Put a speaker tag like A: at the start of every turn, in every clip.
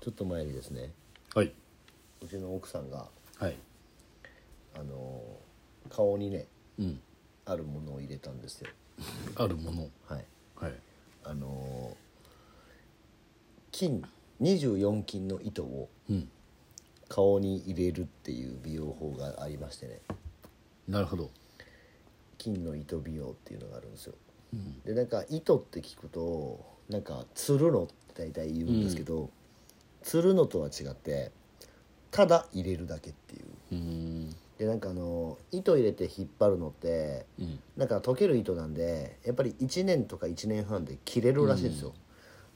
A: ちょっと前にですね
B: はい。
A: うちの奥さんが
B: はい。
A: あの顔にね
B: うん。
A: あるものを入れたんですよ
B: あるもの。
A: はい
B: はい。
A: あの金24金の糸を
B: うん。
A: 顔に入れるっていう美容法がありましてね
B: なるほど。
A: 金の糸美容っていうのがあるんですよ、でなんか糸って聞くとなんかつるのって大体言うんですけど、つるのとは違ってただ入れるだけっていう
B: うーん。
A: でなんかあの糸入れて引っ張るのって
B: うん。
A: なんか溶ける糸なんでやっぱり1年とか1年半で切れるらしいんですよ、だか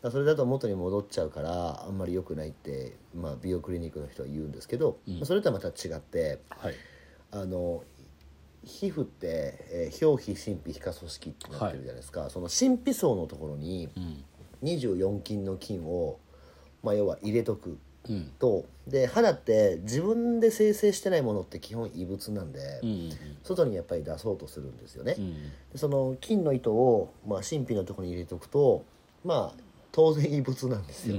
A: らそれだと元に戻っちゃうからあんまり良くないって、まあ、美容クリニックの人は言うんですけど、まあそれとはまた違って
B: はい。
A: あの皮膚って、えー表皮真皮皮下組織ってなってるじゃないですか、その真皮層のところに
B: うん。
A: 24筋の筋を、まあ、要は入れとく
B: うん。
A: とで肌って自分で生成してないものって基本異物なんで、
B: うん。
A: 外にやっぱり出そうとするんですよね、
B: うん。
A: でその金の糸を、まあ、神秘のところに入れておくとまあ当然異物なんですよ、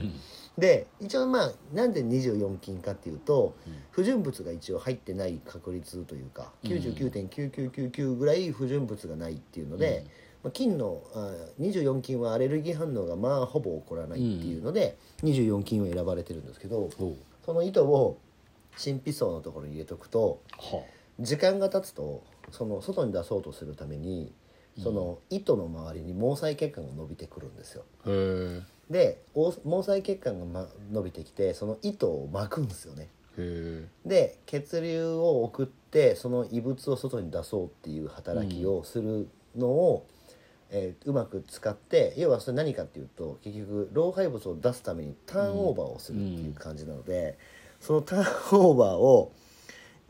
A: で一応まあなんで24金かっていうと、不純物が一応入ってない確率というか99.9999ぐらい不純物がないっていうので、まあ、金のあ24金はアレルギー反応がまあほぼ起こらないっていうので、24金を選ばれてるんですけど
B: おう。
A: その糸を神秘層のところに入れとくと
B: は
A: 時間が経つとその外に出そうとするためにその糸の周りに毛細血管が伸びてくるんですよ
B: あ。へえ。
A: でお毛細血管が、ま、伸びてきてその糸を巻くんですよね
B: へえ。
A: で血流を送ってその異物を外に出そうっていう働きをするのを、うえーうまく使って要はそれ何かっていうと結局老廃物を出すためにターンオーバーをするっていう感じなので、そのターンオーバーを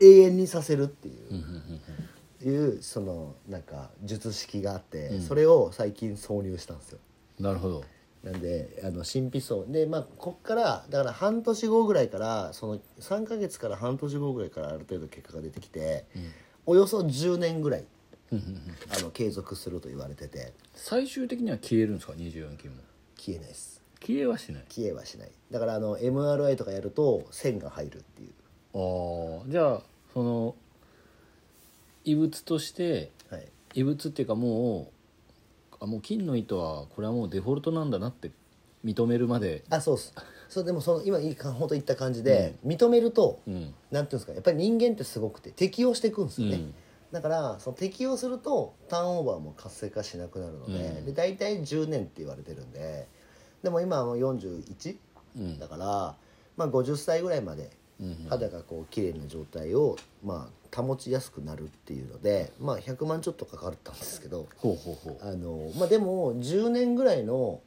A: 永遠にさせるっていう。
B: うん。うん。
A: いうそのなんか術式があって、それを最近挿入したんですよ
B: うん。なるほど。
A: なんであの神秘層でまあこっからだから半年後ぐらいからその3ヶ月から半年後ぐらいからある程度結果が出てきて、およそ10年ぐらいあの継続すると言われてて
B: 最終的には消えるんですか、二十四金も。
A: 消えないです
B: 消えはしない。
A: 消えはしないだからあの MRI とかやると線が入るっていう
B: ああ。じゃあ、その。異物として。
A: はい
B: 異物っていうか、もう。あ、もう金の糸は、これはもうデフォルトなんだなって。認めるまで。
A: あそうっすそうでもその今いいか本当言った感じで、認めると、
B: うん。
A: なんていうんですかやっぱり人間ってすごくて適応していくんですよね、
B: うん
A: だからその適応するとターンオーバーも活性化しなくなるので,、で大体10年って言われてるんででも今はもう41、
B: うん
A: だから、まあ、50歳ぐらいまで肌がこう綺麗な状態を、まあ、保ちやすくなるっていうので、まあ、100万ちょっとかかったんですけど
B: ほうほうほう。
A: あの、まあ、でも10年ぐらいの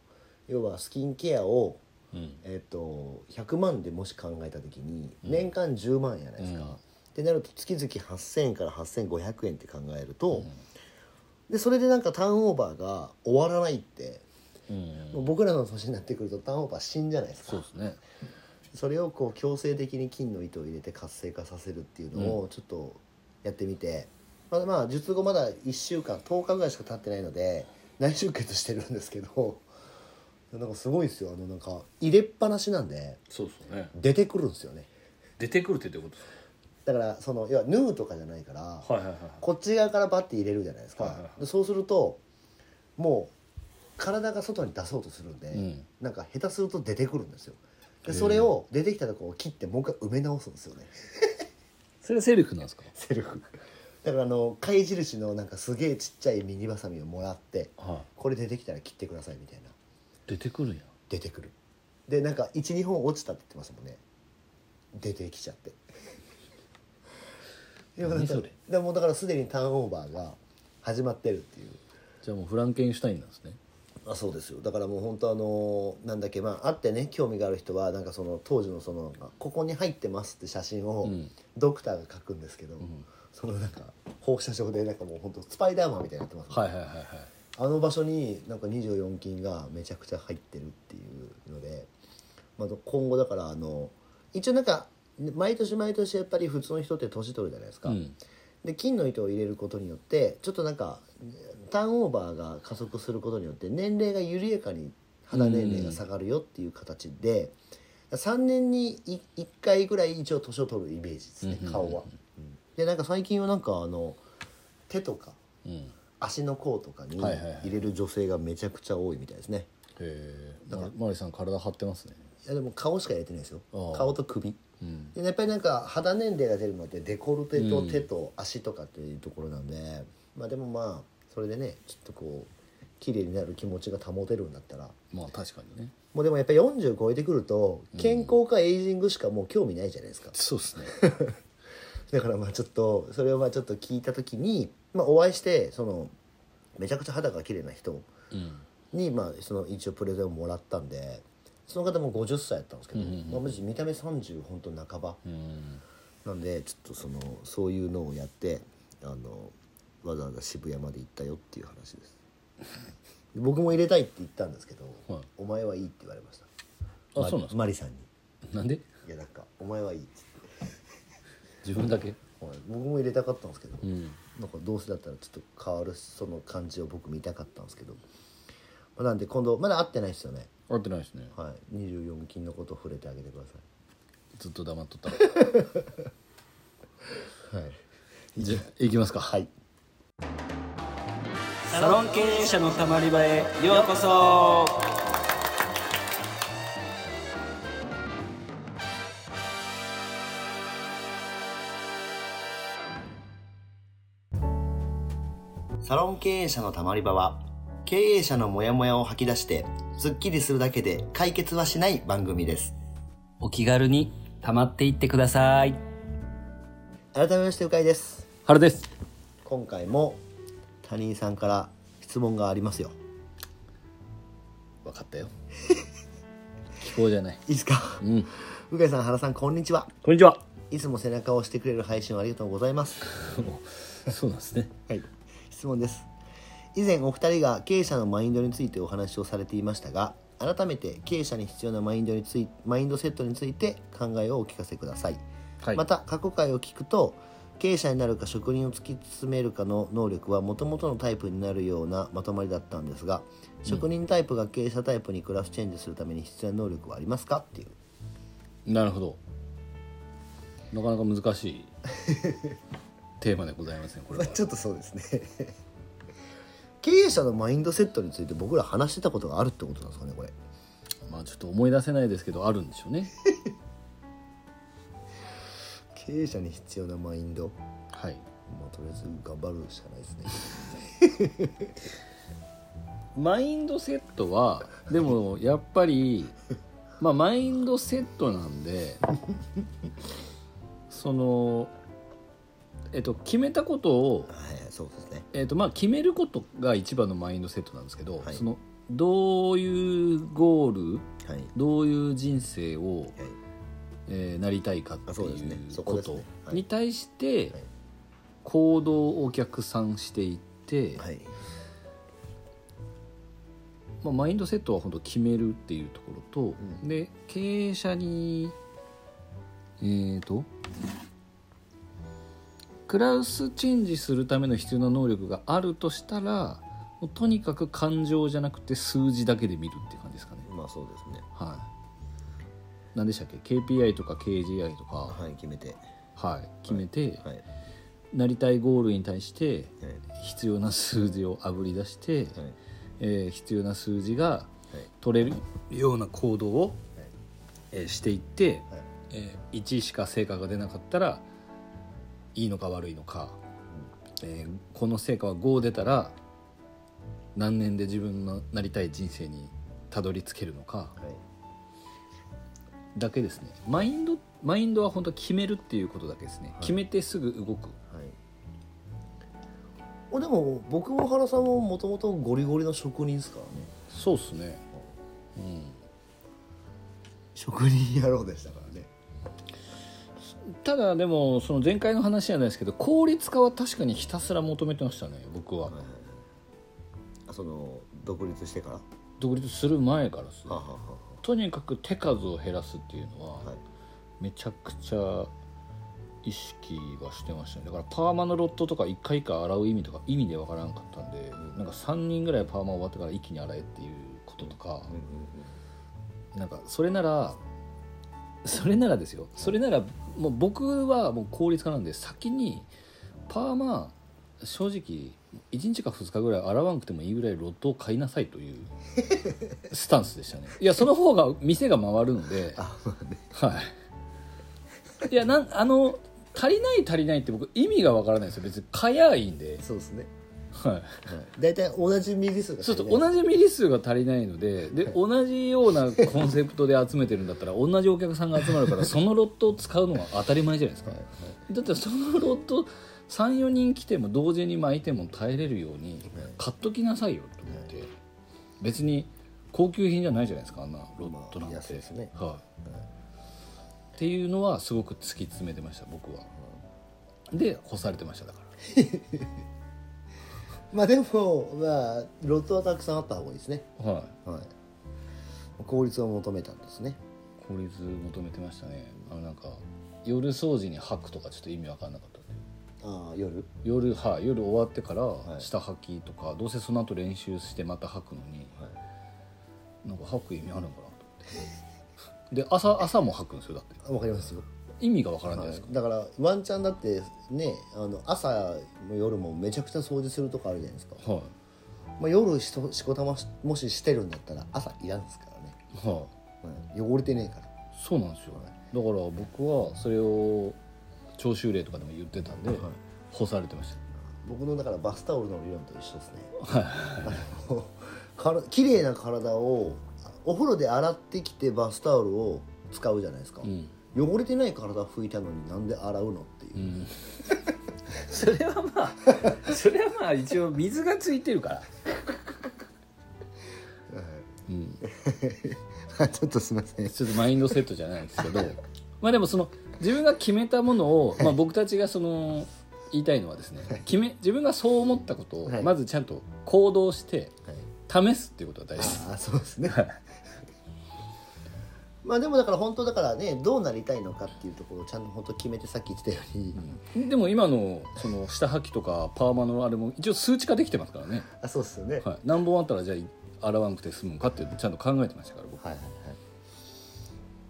A: 要はスキンケアを
B: うん。
A: えっと100万でもし考えた時に年間10万円じゃないですか、ってなると月々8000円から8500円って考えると、でそれでなんかターンオーバーが終わらないって、
B: うん。
A: もう僕らの年になってくるとターンオーバー死んじゃないですか
B: そうですね。
A: それをこう強制的に金の糸を入れて活性化させるっていうのをちょっとやってみて、まだまあ術後まだ1週間10日ぐらいしか経ってないので内出血してるんですけどなんかすごいですよあのなんか入れっぱなしなんで
B: そうですね。
A: 出てくるんですよね
B: 出てくるってどういうことです
A: だからその要は縫うとかじゃないから、
B: か。はいはいはい。
A: こっち側からバッて入れるじゃないですか、
B: はいはいは
A: でそうするともう体が外に出そうとするんで、
B: ん
A: なんか下手すると出てくるんですよでそれを出てきたとこを切ってもう一回埋め直すんです よね
B: それセルフなんですか。
A: セルフだからあの貝印のなんかすげえちっちゃいミニバサミをもらって
B: は。
A: これ出てきたら切ってくださいみたいない
B: 出てくるんや。
A: 出てくるでなんか12本落ちたって言ってますもんね出てきちゃ ってでもなんか
B: 何それ
A: でもだからすでにターンオーバーが始まってるっていう
B: じゃあもうフランケンシュタインなんですね。
A: あそうですよだからもう本当あのーなんだっけまああってね興味がある人はなんかその当時のそのここに入ってますって写真をドクターが書くんですけど、そのなんか放射状でなんかもう本当スパイダーマンみたいになってますもんね
B: はいはいはいはい。
A: あの場所になんか24金がめちゃくちゃ入ってるっていうので、まあ、ど今後だからあの一応なんか毎年毎年やっぱり普通の人って年取るじゃないですか、
B: うん
A: で金の糸を入れることによってちょっとなんかターンオーバーが加速することによって年齢が緩やかに肌年齢が下がるよっていう形で、 3年にい1回ぐらい一応年を取るイメージですね
B: うんうん
A: 顔は。でなんか最近はなんかあの手とか
B: うんへ
A: 足の甲とかに
B: はいはいはい
A: 入れる女性がめちゃくちゃ多いみたいですね。
B: えマリさん体張ってますね
A: いやでも顔しか入れてないですよ
B: ああ
A: 顔と首
B: うん
A: でやっぱりなんか肌年齢が出るのってデコルテと手と足とかっていうところなんで、まあでもまあそれでねちょっとこう綺麗になる気持ちが保てるんだったら
B: まあ確かにね
A: もうでもやっぱり40超えてくると健康かエイジングしかもう興味ないじゃないですか、
B: そうですね
A: だからまあちょっとそれをまあちょっと聞いた時に、まあ、お会いしてそのめちゃくちゃ肌が綺麗な人
B: うん
A: に、まあ、その一応プレゼンをもらったんでその方も50歳やったんですけど、
B: うんうんうん
A: まあ、マジ見た目30本当半ば
B: うん
A: なんでちょっとそのそういうのをやってあのわざわざ渋谷まで行ったよっていう話 です僕も入れたいって言ったんですけど、
B: はい
A: お前はいいって言われました
B: あ
A: ま
B: そうなんですか
A: マリさんに
B: なんで
A: いやなんか「お前はいい」っつって
B: 自分だけ
A: はい僕も入れたかったんですけど、
B: うん
A: なんかどうせだったらちょっと変わるその感じを僕見たかったんですけど、まあ、なんで今度まだ会ってないですよね
B: 合ってないですね
A: はい24金のこと触れてあげてくださ
B: ずっと黙っとった ら
A: いはい
B: じゃあいきますか
A: はい
C: サロン経営者のたまり場へようこそ
A: サロン経営者のたまり場は経営者のモヤモヤを吐き出してスッキリするだけで解決はしない番組です
C: お気軽にたまっていってください
A: 改めましてうかいです
B: 原です
A: 今回も谷井さんから質問がありますよ
B: 分かったよ聞こうじゃない
A: いいですか
B: うん
A: うかいさん原さんこんにちは
B: こんにちはい
A: つも背中を押してくれる配信をありがとうございます
B: そうなんですね
A: はい質問です以前お二人が経営者のマインドについてお話をされていましたが改めて経営者に必要なマインドについマインドセットについて考えをお聞かせください
B: はい
A: また過去回を聞くと経営者になるか職人を突き詰めるかの能力はもともとのタイプになるようなまとまりだったんですが職人タイプが経営者タイプにクラスチェンジするために必要な能力はありますかっていう
B: なるほどなかなか難し いテーマでございますねこれは
A: ちょっとそうですね 経営者のマインドセットについて僕ら話してたことがあるってことなんですかねこれ
B: まあちょっと思い出せないですけどあるんでしょうね
A: 経営者に必要なマインド
B: はい
A: まあとりあえず頑張るしかないですね
B: マインドセットはでもやっぱりまあマインドセットなんでそのえっと決めたこと
A: はい
B: を
A: そうですね
B: えーとまあ、決めることが一番のマインドセットなんですけど、
A: はい
B: そのどういうゴール
A: はい
B: どういう人生を、
A: はい
B: えーなりたいかって
A: あ
B: い
A: そうですね
B: う
A: そ
B: こ
A: こです
B: と
A: ねはい
B: に対して
A: はい
B: 行動を逆算していって、
A: はい
B: まあ、マインドセットは本当決めるっていうところと、
A: う
B: で経営者にえー、とクラウスチェンジするための必要な能力があるとしたらもうとにかく感情じゃなくて数字だけで見るっていう感じですかね。
A: まあそうですね
B: はい、何でしたっけ KPI とか KGI とか、
A: はい決めて
B: はい、決めて、
A: はいはい
B: なりたいゴールに対して必要な数字をあぶり出して、
A: はい
B: えー必要な数字が
A: はい
B: 取れるような行動を、
A: はい
B: えーしていって、
A: はい
B: えー1しか成果が出なかったらいいのか悪いのか、えーこの成果は5出たら何年で自分のなりたい人生にたどり着けるのか
A: はい
B: だけですねマインドマインドは本当決めるっていうことだけですね、決めてすぐ動く
A: はい、おでも僕も原さんももともとゴリゴリの職人ですからね
B: そうっすねうん
A: 職人野郎でしたからね
B: ただでもその前回の話じゃないですけど効率化は確かにひたすら求めてましたね僕は、
A: あその独立してからは
B: 独立する前からです
A: あ
B: ね
A: はあは
B: とにかく手数を減らすっていうの
A: あは
B: はいめちゃくちゃ意識はしてましたねだからパーマのロットとか一回一回洗う意味とか意味でわからんかったんでなんか3人ぐらいパーマ終わってから一気に洗えっていうこととか
A: うんうん
B: なんかそれならそれならですよそれならもう僕はもう効率化なんで先にパーマ正直1日か2日ぐらい洗わなくてもいいぐらいロットを買いなさいというスタンスでしたねいやその方が店が回るの で
A: あまあね
B: はいいやなんあの足りない足りないって僕意味がわからないですよ別に買やいいんで、
A: そうですね
B: はい、
A: はい大体、同じミリ数が
B: そうす
A: 足
B: る
A: り
B: と
A: ない
B: 同じミリ数が足りないのでで同じようなコンセプトで集めてるんだったら同じお客さんが集まるからそのロットを使うのは当たり前じゃないですか
A: はい
B: だってそのロット34人来ても同時に巻いても耐えれるように買っときなさいよと思って別に高級品じゃないじゃないですかあんなロットなんて、
A: まあ安いですね
B: はいっていうのはすごく突き詰めてました僕はで干されてましただから
A: まあでもまあロットはたくさんあった方がいいですね
B: はい
A: はい効率を求めたんですね
B: 効率求めてましたねあのなんか夜掃除に吐くとかちょっと意味わかんなかったんで
A: ああ夜
B: 夜はい夜終わってから
A: い
B: 下吐きとか、どうせその後練習してまた吐くのに、なんか吐く意味あるのかなと思ってで朝朝も吐くんですよだって
A: わかりますよ
B: 意味がわからないですか、
A: だからワンチャンだってねあの朝も夜もめちゃくちゃ掃除するとかあるじゃないですか、
B: はい
A: まあ、夜しとしこたましもししてるんだったら朝いらんですからね、
B: はい、
A: うん汚れてねえから
B: そうなんですよ、だから僕はそれを徴収令とかでも言ってたんで、干されてました
A: 僕のだからバスタオルの理論と一緒ですねあのから綺麗な体をお風呂で洗ってきてバスタオルを使うじゃないですか、
B: ん
A: 汚れてない体拭いたのになんで洗うのっていう、
B: それはまあそれはまあ一応水がついてるからうん、
A: ちょっとすいません
B: ちょっとマインドセットじゃないですけ どまあでもその自分が決めたものを、まあ、僕たちがその言いたいのはですね決め自分がそう思ったことを
A: はい
B: まずちゃんと行動して試すっていうことが大事です、
A: ああそうですねまあでもだから本当だからねどうなりたいのかっていうところをちゃんと本当決めてさっき言ってたように、
B: でも今のその下履きとかパーマのあれも一応数値化できてますからね、
A: あそうですよね、
B: はい、何本あったらじゃあ洗わなくて済むのかってちゃんと考えてましたから僕
A: はいはいはい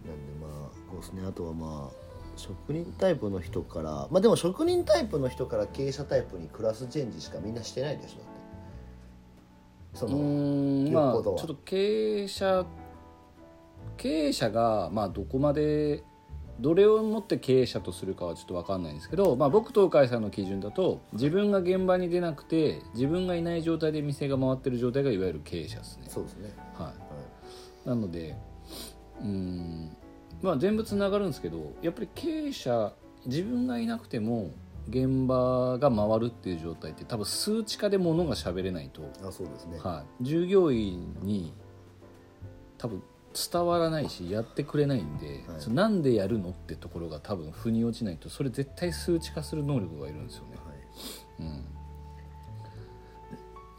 A: なんでまあそうですねあとはまあ職人タイプの人からまあでも職人タイプの人から経営者タイプにクラスチェンジしかみんなしてないでしょだってそうの
B: ーん
A: 言う
B: まあち
A: こ
B: ょ
A: と
B: っ
A: は
B: と経営者経営者がまあどこまでどれをもって経営者とするかはちょっと分かんないんですけど、まあ、僕と鵜飼さんの基準だと自分が現場に出なくて自分がいない状態で店が回ってる状態がいわゆる経営者ですね。
A: そうですね、
B: は
A: はい
B: い、なのでうーんまあ全部つながるんですけどやっぱり経営者自分がいなくても現場が回るっていう状態って多分数値化で物が喋れないと。
A: あそうですね、
B: はい、従業員に多分伝わらないしやってくれないんで、
A: はい
B: そのなんでやるのってところが多分腑に落ちないとそれ絶対数値化する能力がいるんですよね。
A: はい
B: うん、だか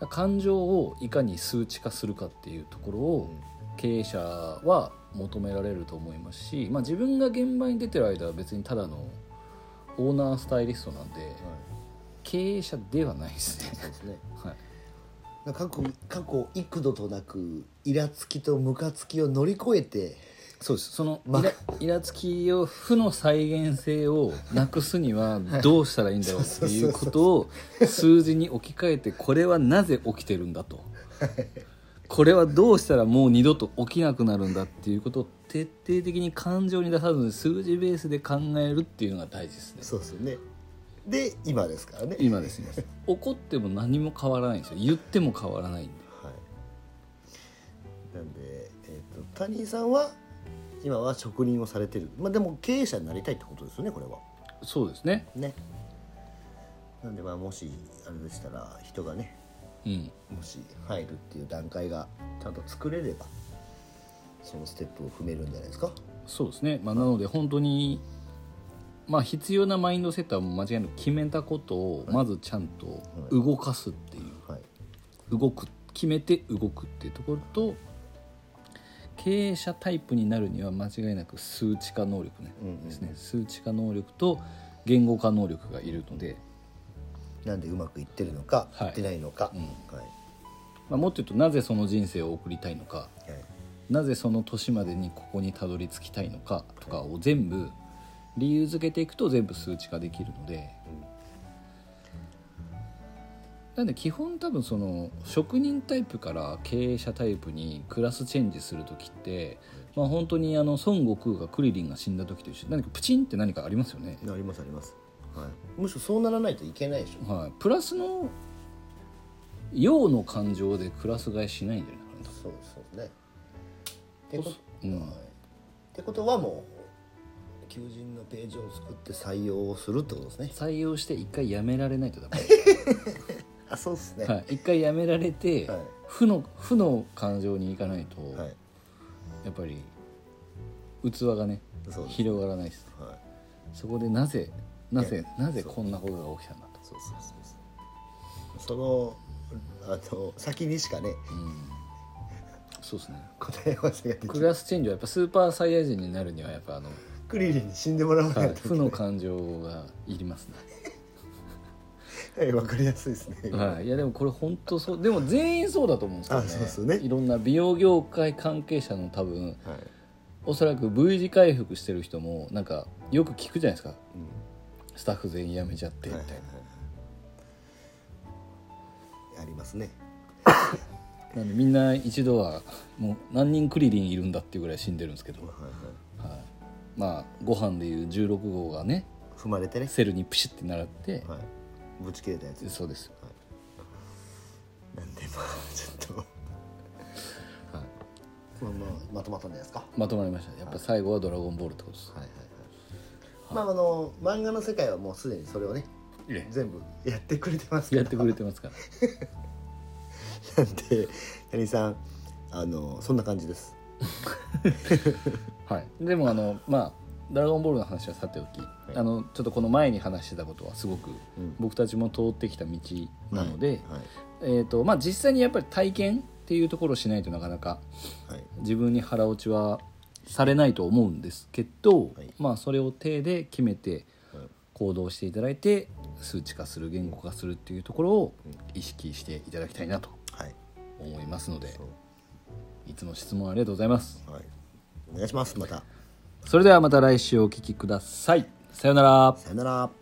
B: ら感情をいかに数値化するかっていうところを経営者は求められると思いますし、まあ、自分が現場に出てる間は別にただのオーナースタイリストなんで
A: はい、
B: 経営者ではないですね。
A: そうですね
B: はい
A: 過去過去幾度となくイラつきとムカつきを乗り越えて
B: そうですその
A: ま
B: イライラつきを負の再現性をなくすにはどうしたらいいんだろうっていうことを数字に置き換えてこれはなぜ起きてるんだとこれはどうしたらもう二度と起きなくなるんだっていうことを徹底的に感情に出さずに数字ベースで考えるっていうのが大事ですね
A: そうですよねで今ですからね、
B: 今ですね怒っても何も変わらないんですよ言っても変わらないんで
A: はい、なんで、えー、と谷井さんは今は職人をされてるまあでも経営者になりたいってことですよねこれは
B: そうですね
A: ねなんでまあもしあれでしたら人がね
B: うん
A: もし入るっていう段階がちゃんと作れればそのステップを踏めるんじゃないですか
B: そうですね、まあ、なので本当に、まあ、必要なマインドセットは間違いなく決めたことをまずちゃんと動かすっていう、
A: はい
B: 動く決めて動くっていうところと経営者タイプになるには間違いなく数値化能力ね、
A: うんうん
B: ですね数値化能力と言語化能力がいるので、
A: なんでうまくいってるのか、
B: はい
A: い、ってないのか、
B: うん
A: はい
B: まあ、もっと言うとなぜその人生を送りたいのか
A: はい、
B: なぜその年までにここにたどり着きたいのかとかを全部理由付けていくと全部数値化できるので、なんで基本多分その職人タイプから経営者タイプにクラスチェンジする時って、まあ、本当にあの孫悟空がクリリンが死んだ時と一緒で何かプチンって何かありますよね。
A: ありますあります、はい、むしろそうならないといけないでしょ
B: はい、プラスの陽の感情でクラス替えしないんじゃないかなと
A: そうそうねってこ
B: そうそううん
A: はいってことはもう求人のページを作って採用をするってことですね
B: 採用して一回やめられないとダメ
A: あそうですね
B: はい、一回やめられて、
A: はい
B: 負の負の感情に行かないと、
A: はい
B: やっぱり器がね
A: そうです
B: 広がらないです
A: はい
B: そこでなぜなぜなぜこんなことが起きたんだと、
A: そうそうそうそうそのあの先にしかね
B: うん、そうですね
A: 答え合わせができ
B: ク
A: る
B: ラスチェンジはやっぱスーパーサイヤ人になるにはや っぱあの、
A: クリリンに死んでもらわ
B: は
A: ないいと
B: 負の感情がいり ますね
A: はいわかりやすいですね
B: はい、いやでもこれ本当そうでも全員そうだと思うんですけどね
A: あそうですよね
B: いろんな美容業界関係者の多分
A: はい
B: おそらく V 字回復してる人もなんかよく聞くじゃないですか
A: うん
B: スタッフ全員辞めちゃってみたいな、
A: ありますね
B: なんでみんな一度はもう何人クリリンいるんだっていうぐらい死んでるんですけど、
A: はいはい
B: はい、まあご飯でいう16号がね
A: 踏まれてね
B: セルにプシュって習って、
A: はいぶち切れたやつ
B: そうですよ
A: なんでまあちょっとまあまあまとまったんじゃないですか
B: まとまりましたやっぱ最後は「ドラゴンボール」ってことです、
A: はいはいはいまああの漫画の世界はもうすでにそれをね
B: え
A: 全部やってくれてます
B: え
A: か
B: や
A: ら
B: ってくれてます から
A: なんで谷さんあのそんな感じです
B: はい、でもあのまあ「ドラゴンボール」の話はさておき、
A: い
B: あのちょっとこの前に話してたことはすごく
A: うん
B: 僕たちも通ってきた道なので、
A: はい
B: えーとまあ、実際にやっぱり体験っていうところをしないとなかなか
A: はい
B: 自分に腹落ちはされないと思うんですけど、
A: はい
B: まあ、それを手で決めて
A: はい
B: 行動していただいて数値化する言語化するっていうところを意識していただきたいなと
A: はい
B: 思いますので
A: そ
B: いつも質問ありがとうございます。
A: うはいお願いしますまた
B: それではまた来週お聞きください。さようなら。
A: さよなら